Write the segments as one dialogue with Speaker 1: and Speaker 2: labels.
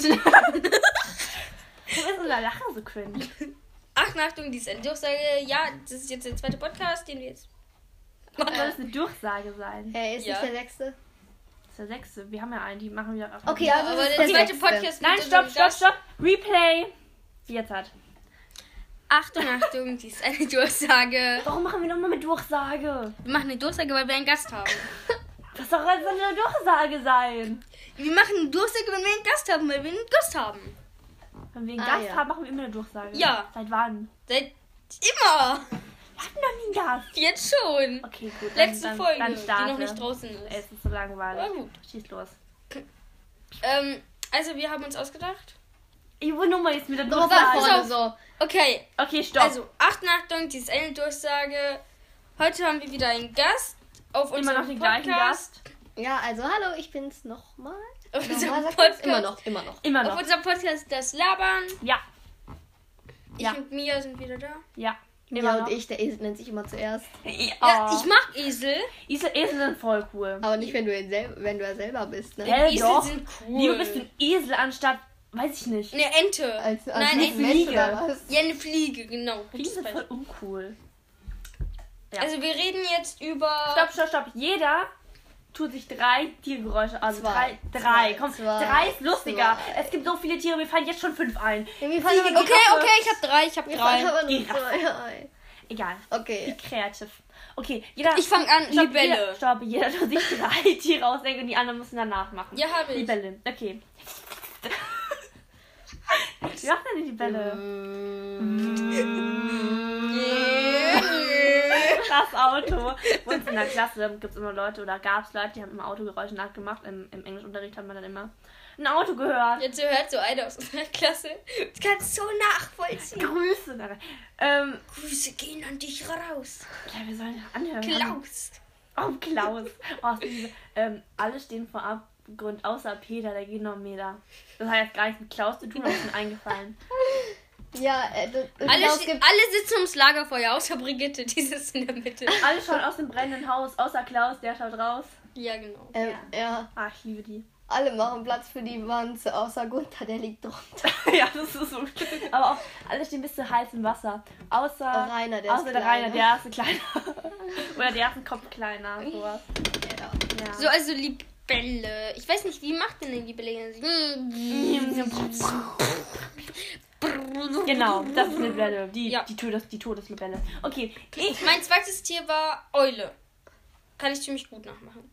Speaker 1: cringe.
Speaker 2: Achtung, Achtung, dies ist eine Durchsage. Ja, das ist jetzt der zweite Podcast, den wir jetzt.
Speaker 1: Soll das eine Durchsage sein?
Speaker 3: Hey, ist
Speaker 2: Ja.
Speaker 3: nicht der sechste?
Speaker 1: Das ist der sechste. Wir haben ja einen, die machen wir auch.
Speaker 3: Okay,
Speaker 1: Ja.
Speaker 3: also
Speaker 2: aber
Speaker 3: das ist
Speaker 2: der
Speaker 3: der
Speaker 2: zweite
Speaker 3: sechste.
Speaker 2: Podcast.
Speaker 1: Nein,
Speaker 2: mit
Speaker 1: stopp,
Speaker 2: unserem
Speaker 1: stopp,
Speaker 2: Gast.
Speaker 1: stopp. Replay. Wie Jetzt halt. hat.
Speaker 2: Achtung, Achtung, dies ist eine Durchsage.
Speaker 1: Warum machen wir nochmal mit Durchsage?
Speaker 2: Wir machen eine Durchsage, weil wir einen Gast haben.
Speaker 1: Was soll das denn eine Durchsage sein?
Speaker 2: Wir machen eine Durchsage, wenn wir einen Gast haben, weil wir einen Gast haben.
Speaker 1: Wenn wir einen
Speaker 3: Ah,
Speaker 1: Gast
Speaker 3: ja.
Speaker 1: haben, machen wir immer eine Durchsage.
Speaker 2: Ja.
Speaker 1: Seit wann?
Speaker 2: Seit immer.
Speaker 1: Wir hatten noch nie einen Gast.
Speaker 2: Jetzt schon.
Speaker 1: Okay, gut. Dann,
Speaker 2: Letzte
Speaker 1: dann,
Speaker 2: Folge,
Speaker 1: Dann starte.
Speaker 2: die noch nicht draußen
Speaker 1: Ey,
Speaker 2: ist.
Speaker 1: Es ist so langweilig.
Speaker 2: Na gut.
Speaker 1: Schieß los.
Speaker 2: Ähm, also, wir haben uns ausgedacht.
Speaker 1: Ich will nur mal jetzt mit der
Speaker 3: Nochmal von
Speaker 1: Durchsage.
Speaker 3: vorne so.
Speaker 2: Okay,
Speaker 1: Okay, stopp.
Speaker 2: also Achtung, Achtung, dies ist eine Durchsage. Heute haben wir wieder einen Gast auf unserem
Speaker 1: immer noch den
Speaker 2: Podcast.
Speaker 1: gleichen Gast.
Speaker 3: Ja, also hallo, ich bin's nochmal.
Speaker 2: Auf
Speaker 3: Nochmal
Speaker 2: unserem
Speaker 3: sagt man's?
Speaker 2: Podcast.
Speaker 3: Immer noch, immer noch.
Speaker 1: Immer
Speaker 2: Auf
Speaker 1: noch.
Speaker 2: unserem Podcast das Labern.
Speaker 1: Ja,
Speaker 3: Ja.
Speaker 2: Ich und Mia sind wieder da.
Speaker 1: ja. Immer
Speaker 3: Ja,
Speaker 1: noch.
Speaker 3: und ich, der Esel nennt sich immer zuerst.
Speaker 1: Ja, Oh.
Speaker 2: Ja, ich mag Esel.
Speaker 1: Esel, Esel sind voll cool.
Speaker 3: Aber nicht, wenn du, ihn sel wenn du er selber bist, ne?
Speaker 1: Hä,
Speaker 2: Esel
Speaker 1: Äh, doch.
Speaker 2: sind cool.
Speaker 1: Lieber bist du ein Esel anstatt, weiß ich nicht.
Speaker 2: Eine Ente.
Speaker 3: Als, als
Speaker 2: Nein,
Speaker 3: Mensch
Speaker 2: eine
Speaker 1: Esel.
Speaker 3: oder was?
Speaker 2: Ja, eine Fliege, genau.
Speaker 1: Fliegen sind voll uncool. ja.
Speaker 2: Also wir reden jetzt über...
Speaker 1: Stopp, stopp, stopp. Jeder tut sich drei Tiergeräusche. Also
Speaker 3: Zwei.
Speaker 1: drei. Drei.
Speaker 3: Zwei.
Speaker 1: Komm,
Speaker 3: Zwei.
Speaker 1: drei ist lustiger.
Speaker 3: Zwei.
Speaker 1: Es gibt so viele Tiere, mir fallen jetzt schon fünf ein.
Speaker 3: Irgendwie fallen aber
Speaker 1: Fliege,
Speaker 3: nur
Speaker 2: Okay,
Speaker 1: Giraffe.
Speaker 2: okay, ich hab drei, ich hab
Speaker 3: mir fallen
Speaker 2: drei.
Speaker 3: aber nur
Speaker 1: Giraffe.
Speaker 3: zwei ein.
Speaker 1: Egal. Wie
Speaker 3: Okay.
Speaker 1: kreativ. Okay, jeder.
Speaker 2: Ich fang an,
Speaker 1: Stopp, Jeder,
Speaker 2: Libelle.
Speaker 1: stopp, jeder tut sich drei Tiere ausdenken und die anderen müssen danach machen.
Speaker 2: Ja, hab ich.
Speaker 1: Libelle. Okay. Wie macht denn die
Speaker 2: Ähm,
Speaker 1: Libelle? Das Auto. Bei uns in der Klasse gibt es immer Leute oder gab es Leute, die haben immer Autogeräusche nachgemacht. Im, Im Englischunterricht haben wir dann immer ein Auto gehört.
Speaker 2: Jetzt hört so einer aus unserer Klasse. Das kannst du so nachvollziehen.
Speaker 1: Grüße. Ähm,
Speaker 2: Grüße gehen an dich raus.
Speaker 1: ja, wir sollen anhören.
Speaker 2: Klaus.
Speaker 1: Oh, Klaus. Oh, ich liebe- ähm, alle stehen vor Abgrund, außer Peter, der geht noch einen Meter. Das hat jetzt gar nichts mit Klaus zu tun, aber ist mir eingefallen.
Speaker 3: Ja, äh, du, du
Speaker 2: Alle,
Speaker 3: glaubst,
Speaker 2: ste-
Speaker 3: gibt-
Speaker 2: alle sitzen ums Lagerfeuer, außer Brigitte, die sitzt in der Mitte.
Speaker 1: Alle schauen aus dem brennenden Haus, außer Klaus, der schaut raus.
Speaker 2: Ja, genau.
Speaker 3: ähm, ja.
Speaker 1: Ah, ich liebe die.
Speaker 3: Alle machen Platz für die Wanze, außer Gunther, der liegt drunter.
Speaker 1: ja, das ist so schlimm. Aber auch alle stehen bis zu Hals im Wasser. Außer,
Speaker 3: Der Rainer, der
Speaker 1: außer
Speaker 3: ist ne?
Speaker 1: der
Speaker 3: kleiner.
Speaker 1: Rainer, der ist ein kleiner. Oder der ist ein Kopf kleiner. Sowas.
Speaker 3: Ja.
Speaker 1: Ja.
Speaker 2: So, also Libelle. Ich weiß nicht, wie macht denn eine Libelle?
Speaker 1: Genau, das ist eine Libelle. Die,
Speaker 2: Ja.
Speaker 1: die, Todes, die Todeslibelle. Okay, ich.
Speaker 2: Mein zweites Tier war Eule. Kann ich ziemlich gut nachmachen.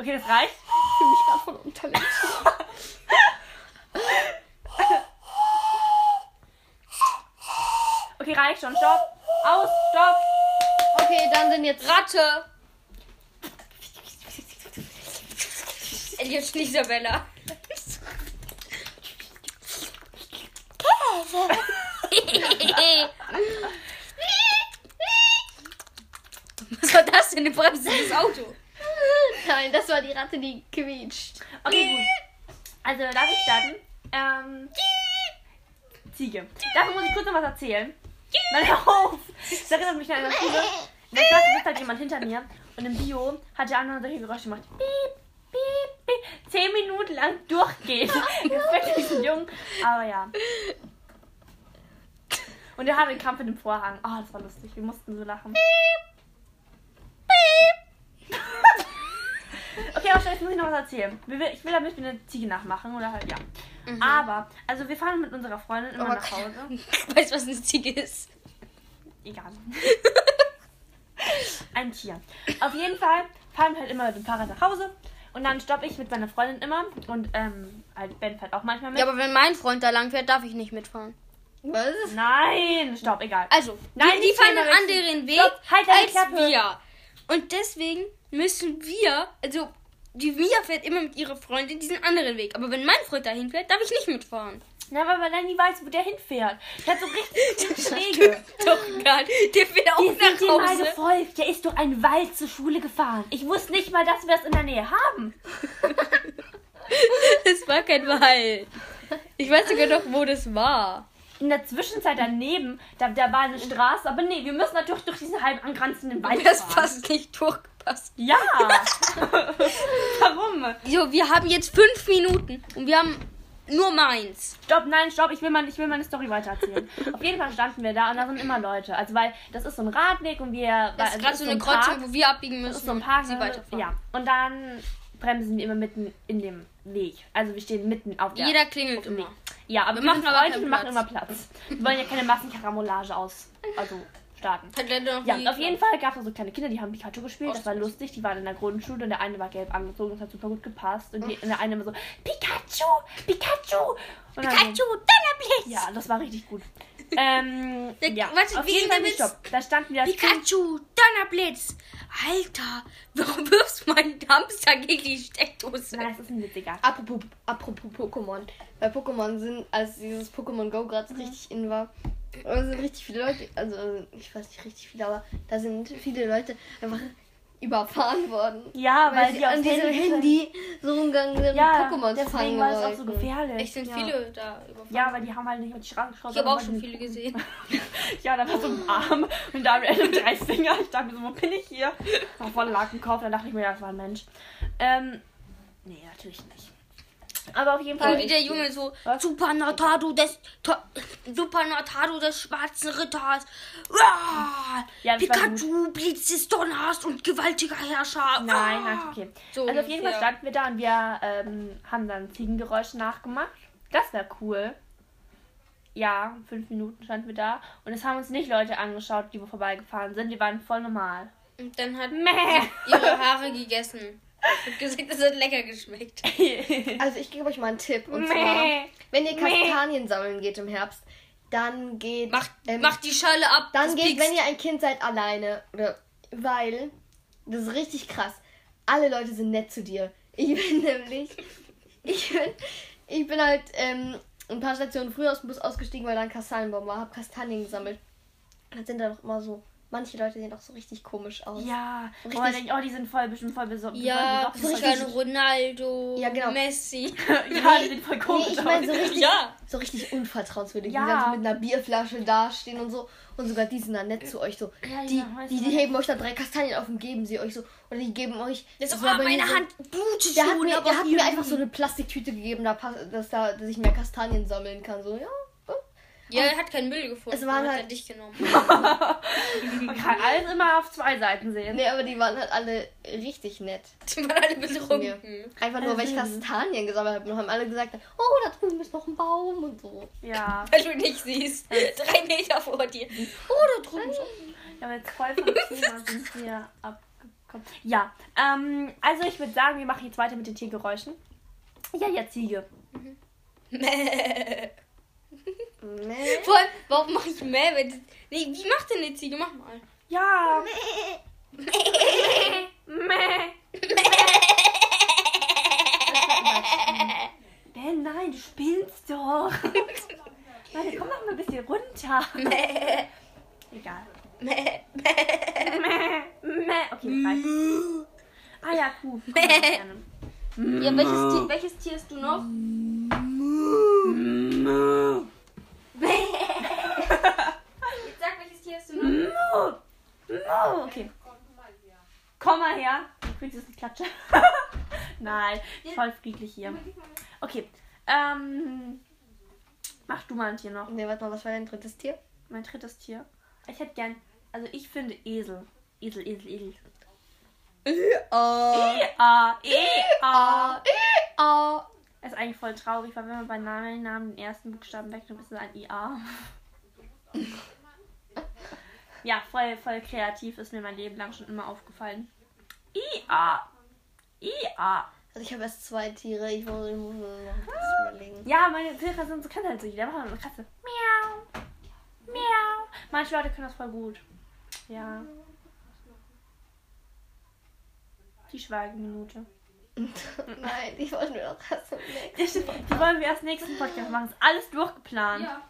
Speaker 1: Okay, das reicht.
Speaker 3: Ich fühle mich gerade von Unterland.
Speaker 1: Okay, reicht schon. Stopp. Aus. Stopp.
Speaker 3: Okay, dann sind jetzt
Speaker 2: Ratte. Elliot und Isabella. Was war das denn? Eine Bremse des Auto.
Speaker 3: Nein, das war die Ratte, die quietscht.
Speaker 1: Okay, gut. Also, darf ich starten? Ähm. Ziege. Davon muss ich kurz noch was erzählen. Mein Haus. Das erinnert mich an eine Schule. In der Klasse sitzt halt jemand hinter mir. Und im Bio hat der andere solche Geräusche gemacht. Piep, piep, piep. Zehn Minuten lang durchgehen. Respekt diesen Jungen. Aber ja. Und er hatte einen Kampf mit dem Vorhang. Oh, das war lustig. Wir mussten so lachen. Okay, aber jetzt muss ich noch was erzählen. Wir will- Ich will damit eine Ziege nachmachen oder halt ja.
Speaker 2: Mhm.
Speaker 1: Aber, also wir fahren mit unserer Freundin immer
Speaker 2: Aber
Speaker 1: nach Hause.
Speaker 2: Weißt du, was eine Ziege ist?
Speaker 1: Egal. Ein Tier. Auf jeden Fall fahren wir halt immer mit dem Fahrrad nach Hause. Und dann stoppe ich mit meiner Freundin immer. Und ähm, halt Ben fährt auch manchmal mit.
Speaker 2: Ja, aber wenn mein Freund da lang fährt, darf ich nicht mitfahren.
Speaker 3: Was?
Speaker 1: Nein, stopp, egal.
Speaker 2: Also,
Speaker 1: Nein,
Speaker 2: die, die
Speaker 1: nicht
Speaker 2: fahren einen
Speaker 1: Thema wechseln.
Speaker 2: anderen Weg
Speaker 1: Stopp, halt deine
Speaker 2: als
Speaker 1: Klappe.
Speaker 2: wir. Und deswegen müssen wir, also die Mia fährt immer mit ihrer Freundin diesen anderen Weg. Aber wenn mein Freund dahin fährt, darf ich nicht mitfahren.
Speaker 1: Na, weil man dann nie weiß, wo der hinfährt. Der hat so richtig gute Schläge.
Speaker 2: Doch, egal. Der fährt auch
Speaker 1: Die sind ihm
Speaker 2: nach
Speaker 1: mal
Speaker 2: Hause.
Speaker 1: gefolgt. Der ist durch einen Wald zur Schule gefahren. Ich wusste nicht mal, dass wir das in der Nähe haben.
Speaker 2: Das war kein Wald. Ich weiß sogar noch, wo das war.
Speaker 1: In der Zwischenzeit daneben, da, da war eine Straße, aber nee, wir müssen natürlich durch diesen halb angrenzenden Wald
Speaker 2: Das
Speaker 1: fahren.
Speaker 2: passt nicht durchgepasst.
Speaker 1: Ja! Warum?
Speaker 2: So, wir haben jetzt fünf Minuten und wir haben nur meins.
Speaker 1: Stopp, nein, stopp, ich will, mein, ich will meine Story weitererzählen. Auf jeden Fall standen wir da und da sind immer Leute. Also, weil das ist so ein Radweg und wir.
Speaker 2: Das
Speaker 1: weil- also
Speaker 2: ist gerade
Speaker 1: es
Speaker 2: so eine
Speaker 1: ein
Speaker 2: Kreuzung,
Speaker 1: Park.
Speaker 2: wo wir abbiegen
Speaker 1: Das
Speaker 2: müssen. Äh,
Speaker 1: ist so ein
Speaker 2: und
Speaker 1: Park.
Speaker 2: Sie weiterfahren.
Speaker 1: ja, und dann bremsen wir immer mitten in dem Weg. Also, wir stehen mitten auf der.
Speaker 2: Jeder klingelt immer.
Speaker 1: ja, aber wir,
Speaker 2: machen
Speaker 1: machen,
Speaker 2: aber
Speaker 1: freundlich, wir
Speaker 2: keinen
Speaker 1: machen immer Platz. Wir wollen ja keine Massenkarambolage aus. Also, starten.
Speaker 2: Hat leider noch
Speaker 1: Ja,
Speaker 2: nie
Speaker 1: und auf jeden Fall gab es so kleine Kinder, die haben Pikachu gespielt. Das war
Speaker 2: Ausdruck.
Speaker 1: lustig. Die waren in der Grundschule und der eine war gelb angezogen. Das hat super gut gepasst. Und die, der eine immer so: Pikachu! Pikachu! Und dann so-
Speaker 2: Pikachu, deiner Blitz!
Speaker 1: ja, das war richtig gut. Ähm,
Speaker 2: Der-
Speaker 1: ja.
Speaker 2: warte,
Speaker 1: auf
Speaker 2: wie
Speaker 1: jeden
Speaker 2: in
Speaker 1: Fall
Speaker 2: der
Speaker 1: nicht
Speaker 2: Witz-
Speaker 1: stopp. Da standen wir.
Speaker 2: Pikachu, Donnerblitz! Alter, warum wirfst du meinen Dumpster gegen die Steckdose?
Speaker 1: Nein, das ist ein witziger.
Speaker 2: Ah,
Speaker 3: Apropos, apropos Pokémon. Bei Pokémon sind, als dieses Pokémon Go gerade
Speaker 1: Mhm.
Speaker 3: so richtig in war, da sind richtig viele Leute, also äh, ich weiß nicht richtig viele, aber da sind viele Leute einfach überfahren worden.
Speaker 1: Ja, weil, die auf
Speaker 3: an diesem Handy so rumgegangen sind,
Speaker 1: Ja,
Speaker 3: Pokémon zu fangen
Speaker 1: deswegen war es auch so
Speaker 3: wollten.
Speaker 1: gefährlich.
Speaker 2: Echt sind
Speaker 1: ja.
Speaker 2: viele da überfahren.
Speaker 1: Ja, weil die haben halt nicht auf die Straße geschaut.
Speaker 2: ich habe
Speaker 1: sondern
Speaker 2: auch schon
Speaker 1: wollten-
Speaker 2: viele gesehen.
Speaker 1: Ja, da war so ein Arm und da random drei Finger. Ich dachte mir so, wo bin ich hier? War voll lag ein Kopf. Dann dachte ich mir, ja, das war ein Mensch. Ähm, nee, natürlich nicht. Aber auf jeden Fall.
Speaker 2: Und wie der Junge so,
Speaker 1: Was?
Speaker 2: Super Natado des, To- Super Natado des schwarzen Ritters. Uah!
Speaker 1: Ja, das war
Speaker 2: Pikachu, Blitz des Donners und gewaltiger Herrscher. Ah.
Speaker 1: Nein,
Speaker 2: Uah!
Speaker 1: nein, okay.
Speaker 2: So
Speaker 1: also auf jeden Fall
Speaker 2: ungefähr.
Speaker 1: standen wir da und wir ähm, haben dann Ziegengeräusche nachgemacht. Das wäre cool. Ja, fünf Minuten standen wir da und es haben uns nicht Leute angeschaut, die wir vorbeigefahren sind. Die waren voll normal.
Speaker 2: Und dann hat
Speaker 1: Mäh.
Speaker 2: ihre Haare gegessen. Und gesagt, es hat lecker geschmeckt.
Speaker 3: Also ich gebe euch mal einen Tipp. Und
Speaker 1: Mäh.
Speaker 3: zwar, wenn ihr
Speaker 1: Mäh.
Speaker 3: Kastanien sammeln geht im Herbst, dann geht...
Speaker 2: Macht,
Speaker 3: ähm,
Speaker 2: macht die Schale ab.
Speaker 3: Dann
Speaker 2: das
Speaker 3: geht,
Speaker 2: piekst.
Speaker 3: wenn ihr ein Kind seid, alleine. Oder, weil, das ist richtig krass. Alle Leute sind nett zu dir. Ich bin nämlich, ich bin, ich bin halt ähm, ein paar Stationen früher aus dem Bus ausgestiegen, weil da ein Kastanienbaum war, hab Kastanien gesammelt. Dann sind da doch immer so, manche Leute sehen doch so richtig komisch aus.
Speaker 1: Ja,
Speaker 3: Richtig.
Speaker 1: wo man denkt, oh, die sind voll bestimmt voll besoffen.
Speaker 2: Ja,
Speaker 1: voll besoffen,
Speaker 2: Cristiano Ronaldo,
Speaker 3: Ja, genau.
Speaker 2: Messi.
Speaker 1: voll besoffen. ja, die sind voll
Speaker 3: Nee,
Speaker 1: komisch.
Speaker 3: ich meine so
Speaker 1: aus.
Speaker 3: richtig,
Speaker 2: Ja.
Speaker 3: so richtig unvertrauenswürdig,
Speaker 1: Ja.
Speaker 3: die dann so mit einer Bierflasche dastehen und so. Und sogar die sind dann nett zu euch so.
Speaker 1: Ja,
Speaker 3: die,
Speaker 1: ja, weiß
Speaker 3: die,
Speaker 1: man.
Speaker 3: die heben euch dann drei Kastanien auf und geben sie euch so. Oder die geben euch.
Speaker 2: Das ist
Speaker 3: so
Speaker 2: auch
Speaker 3: aber
Speaker 2: meine
Speaker 3: nie so-
Speaker 2: Hand blutet
Speaker 3: Der hat,
Speaker 2: schon,
Speaker 3: mir,
Speaker 2: aber
Speaker 3: der hat
Speaker 2: hier-
Speaker 3: mir einfach so eine Plastiktüte gegeben, da pass, dass, da, dass ich mehr Kastanien sammeln kann. So, ja.
Speaker 2: Ja, er hat keinen Müll gefunden.
Speaker 3: Es waren
Speaker 2: dann hat
Speaker 3: halt-
Speaker 2: er dich genommen.
Speaker 1: Man kann alles immer auf zwei Seiten sehen.
Speaker 3: Nee, aber die waren halt alle richtig nett.
Speaker 2: Die waren alle
Speaker 3: zu mir.
Speaker 2: betrunken.
Speaker 3: Einfach nur, weil ich
Speaker 2: Also-
Speaker 3: Kastanien gesammelt habe. Und haben alle gesagt, oh, da drüben ist noch ein Baum und so.
Speaker 1: Ja,
Speaker 2: Weil du nicht siehst. Drei Meter vor dir. Oh, da drüben. ist auch-
Speaker 1: wir haben jetzt voll vom Thema sind wir abgekommen. Ja, ähm, also ich würde sagen, wir machen jetzt weiter mit den Tiergeräuschen. Ja, ja, Ziege.
Speaker 2: Mäh.
Speaker 3: Nee.
Speaker 2: Vor allem, warum mache ich Mäh? Weil die- Nee, wie macht denn eine Ziege? Mach mal.
Speaker 1: Ja. Meh. Ben, nein, du spielst doch. Leute, komm doch mal ein bisschen runter. Egal.
Speaker 2: Mäh.
Speaker 1: Meh. Okay, reicht. Ah ja, Kuh. Kuh mag ich
Speaker 2: Meh.
Speaker 1: gerne.
Speaker 2: Ja, welches Tier, welches Tier hast du noch? Jetzt sag, welches Tier hast du noch?
Speaker 1: Mu. Mu. Okay. Komm mal her. Du kriegst jetzt eine Klatsche. Nein, voll friedlich hier. Okay. Ähm, mach du mal ein Tier noch.
Speaker 3: Nee, warte mal, was war dein drittes Tier?
Speaker 1: Mein drittes Tier. Ich hätte gern. Also ich finde Esel. Esel, Esel, Esel.
Speaker 3: Oh.
Speaker 1: Ah, eh, ah.
Speaker 3: Oh.
Speaker 1: Ist eigentlich voll traurig, weil wenn man bei Namen, Namen den ersten Buchstaben wegnimmt, ist es ein IA. ja, voll, voll kreativ ist mir mein Leben lang schon immer aufgefallen. IA. IA.
Speaker 3: Also ich habe erst zwei Tiere. Ich muss, ich muss mir noch das überlegen.
Speaker 1: Ja, meine Tiere sind so kann halt so jeder machen eine Katze. Miau. Miau. Manche Leute können das voll gut. Ja. Die Schweigeminute.
Speaker 3: Nein, ich wollte mir noch was überlegen.
Speaker 1: Die wollen wir erst nächsten Podcast machen. Ist alles durchgeplant.
Speaker 2: Ja.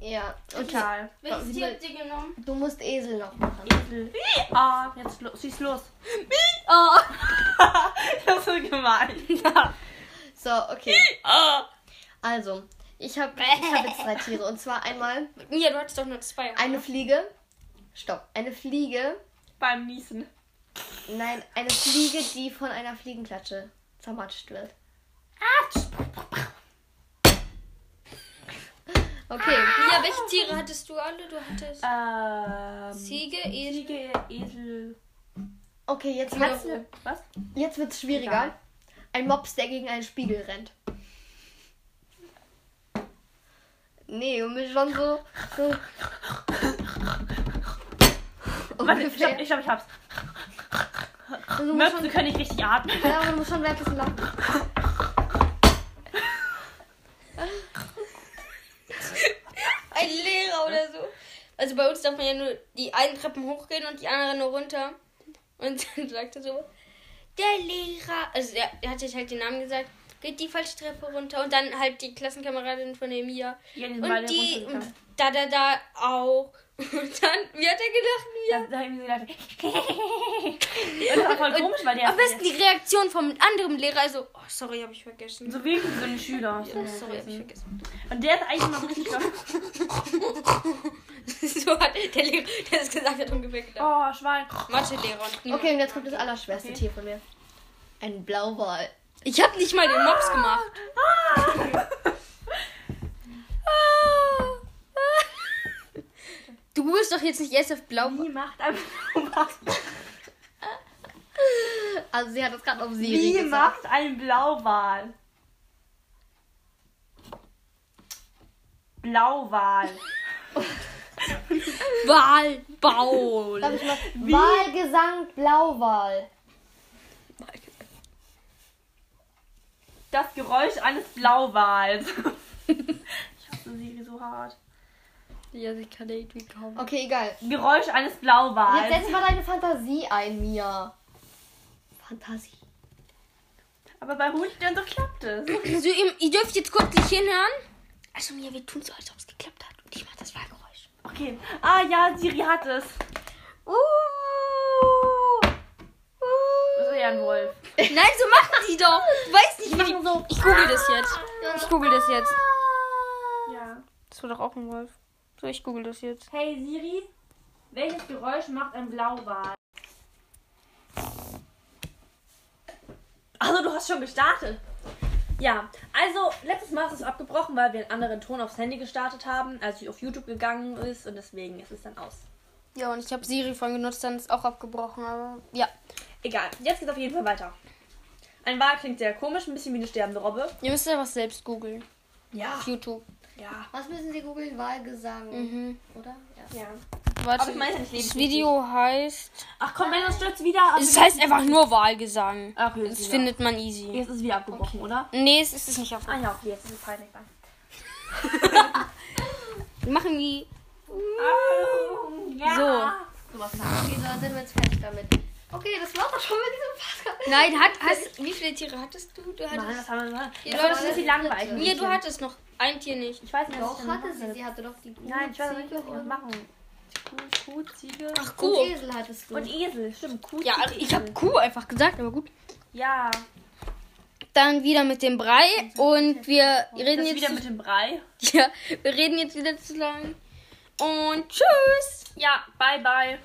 Speaker 3: Ja.
Speaker 1: Total.
Speaker 2: Welches Tier habt ihr genommen?
Speaker 3: Du musst Esel noch machen.
Speaker 1: Esel. Ah, jetzt lo- schieß los.
Speaker 2: Oh.
Speaker 1: Das ist so gemein. Ah,
Speaker 3: So, okay. Also, Ich habe ich hab jetzt drei Tiere. Und zwar einmal
Speaker 2: Mit mir, du hattest doch nur zwei.
Speaker 3: eine Fliege. Stopp. Eine Fliege.
Speaker 1: Beim Niesen.
Speaker 3: Nein, eine Fliege, die von einer Fliegenklatsche zermatscht wird. Okay.
Speaker 2: Ja, welche Tiere hattest du alle? Du hattest
Speaker 1: Ähm.
Speaker 2: Ziege, Esel.
Speaker 1: Ziege, Esel.
Speaker 3: Okay, jetzt wird's,
Speaker 1: Katze. Was?
Speaker 3: jetzt wird's schwieriger. Ein Mops, der gegen einen Spiegel rennt. Nee, und mir schon so. so
Speaker 1: Warte, ich glaub,
Speaker 3: ungefähr.
Speaker 1: ich, glaub, ich hab's.
Speaker 3: Also du musst
Speaker 1: Möpse
Speaker 3: schon,
Speaker 1: können nicht richtig atmen.
Speaker 3: ja, aber du musst schon ein bisschen lachen.
Speaker 2: Ein Lehrer oder so. Also bei uns darf man ja nur die einen Treppen hochgehen und die anderen nur runter. Und dann sagt er so, der Lehrer, also er, er hat jetzt halt den Namen gesagt, geht die falsche Treppe runter. Und dann halt die Klassenkameradin von der Mia.
Speaker 1: Ja, die sind beide
Speaker 2: Und die,
Speaker 1: runtergegangen.
Speaker 2: und da, da, da auch. Und dann, wie hat er
Speaker 1: Da,
Speaker 2: gedacht,
Speaker 1: da haben sie gedacht. Und das war voll komisch, weil
Speaker 2: wir?
Speaker 1: der.
Speaker 2: Am besten die Reaktion vom anderen Lehrer, also, oh, sorry, habe ich vergessen.
Speaker 1: So wirklich so ein Schüler.
Speaker 2: Ja, sorry, habe ich vergessen.
Speaker 1: Und der ist eigentlich immer richtig stolz.
Speaker 2: so hat der Lehrer, der das gesagt hat, ungefähr gedacht.
Speaker 1: Oh, Schwein.
Speaker 2: Mathelehrer. und niemand-
Speaker 3: Okay, und jetzt kommt das allerschwerste Tier von mir: ein Blauwal.
Speaker 2: Ich habe nicht mal den Mops gemacht. Du googelst doch jetzt nicht SF Blau.
Speaker 1: Die macht einfach was.
Speaker 3: Also, sie hat das gerade auf Siri
Speaker 1: Wie
Speaker 3: gesagt.
Speaker 1: macht ein Blauwal? Blauwal.
Speaker 3: Darf
Speaker 2: Wahlbaul.
Speaker 3: ich mal? Wahlgesang Blauwal.
Speaker 1: Das Geräusch eines Blauwals. Ich hasse Siri so hart.
Speaker 2: Ja, sie kann irgendwie kaum.
Speaker 3: Okay, egal.
Speaker 1: Geräusch eines
Speaker 3: Jetzt setz
Speaker 1: Blauwals.
Speaker 3: mal deine Fantasie ein, Mia. Fantasie.
Speaker 1: Aber bei Hunden so klappt es.
Speaker 2: Also, ihr, ihr dürft jetzt kurz nicht hinhören. Also, mir, wir tun so, als ob es geklappt hat. Und ich mach das Wahlgeräusch.
Speaker 1: Okay. Ah ja, Siri hat es.
Speaker 2: Uh.
Speaker 1: Das ist ja ein Wolf.
Speaker 2: Nein, so machen die doch. Du weißt nicht, wie die... Ich google das jetzt. Ich google das jetzt.
Speaker 1: Ja.
Speaker 2: Das war doch auch ein Wolf. So, ich google das jetzt.
Speaker 1: Hey Siri, welches Geräusch macht ein Blauwal? Also du hast schon gestartet. Ja, also letztes Mal ist es abgebrochen, weil wir einen anderen Ton aufs Handy gestartet haben, als sie auf YouTube gegangen ist und deswegen ist es dann aus.
Speaker 2: Ja, und ich habe Siri vorhin genutzt, dann ist auch abgebrochen, aber ja.
Speaker 1: Egal, jetzt geht's auf jeden Fall weiter. Ein Wal klingt sehr komisch, ein bisschen wie eine sterbende Robbe.
Speaker 2: Ihr müsst einfach selbst googeln.
Speaker 1: Ja.
Speaker 2: Auf YouTube.
Speaker 1: Ja.
Speaker 3: Was müssen Sie googeln? Wahlgesang,
Speaker 2: Mhm.
Speaker 3: oder? Ja.
Speaker 1: Ja.
Speaker 2: Warte,
Speaker 1: Aber ich meine, es ist
Speaker 2: das
Speaker 1: lebenswichtig.
Speaker 2: Video heißt.
Speaker 1: Ach komm, wenn das stürzt wieder.
Speaker 2: Es heißt einfach nur Wahlgesang.
Speaker 1: Ach, jetzt
Speaker 2: Das
Speaker 1: wieder.
Speaker 2: findet man easy.
Speaker 1: Jetzt ist es wieder abgebrochen, oder?
Speaker 2: Nee, es ist es nicht auf.
Speaker 1: Ah ja, okay, jetzt ist es peinlich.
Speaker 2: Wir machen die.
Speaker 1: Oh, Ja. So.
Speaker 3: Okay, so sind wir jetzt fertig damit. Okay, das war's auch schon mit diesem Podcast.
Speaker 2: Nein, hat, hast, wie viele Tiere hattest du? Du
Speaker 1: Nein, Also, das
Speaker 2: hattest.
Speaker 1: haben wir gemacht.
Speaker 2: Die
Speaker 1: Das
Speaker 2: Leute
Speaker 1: ist ein bisschen
Speaker 3: sind
Speaker 1: langweilig.
Speaker 2: Mir, du hattest noch ein Tier nicht.
Speaker 1: Ich weiß nicht, was
Speaker 3: Doch,
Speaker 1: ich
Speaker 3: hatte sie. Sie hatte doch die Kuh,
Speaker 1: Nein, ich weiß nicht,
Speaker 3: Ziege
Speaker 1: was ich
Speaker 3: und,
Speaker 1: machen. Kuh, Kuh, Ziege.
Speaker 2: Ach,
Speaker 3: und
Speaker 2: Kuh.
Speaker 3: Esel hattest du.
Speaker 1: Und Esel, stimmt. Kuh,
Speaker 2: Ja, also
Speaker 1: Ziege,
Speaker 2: ich habe
Speaker 1: Esel.
Speaker 2: Kuh einfach gesagt, aber gut.
Speaker 1: Ja.
Speaker 2: Dann wieder mit dem Brei und wir reden
Speaker 1: Das
Speaker 2: jetzt.
Speaker 1: wieder mit dem Brei.
Speaker 2: Ja, wir reden jetzt wieder zu lang. Und tschüss.
Speaker 1: Ja, bye, bye.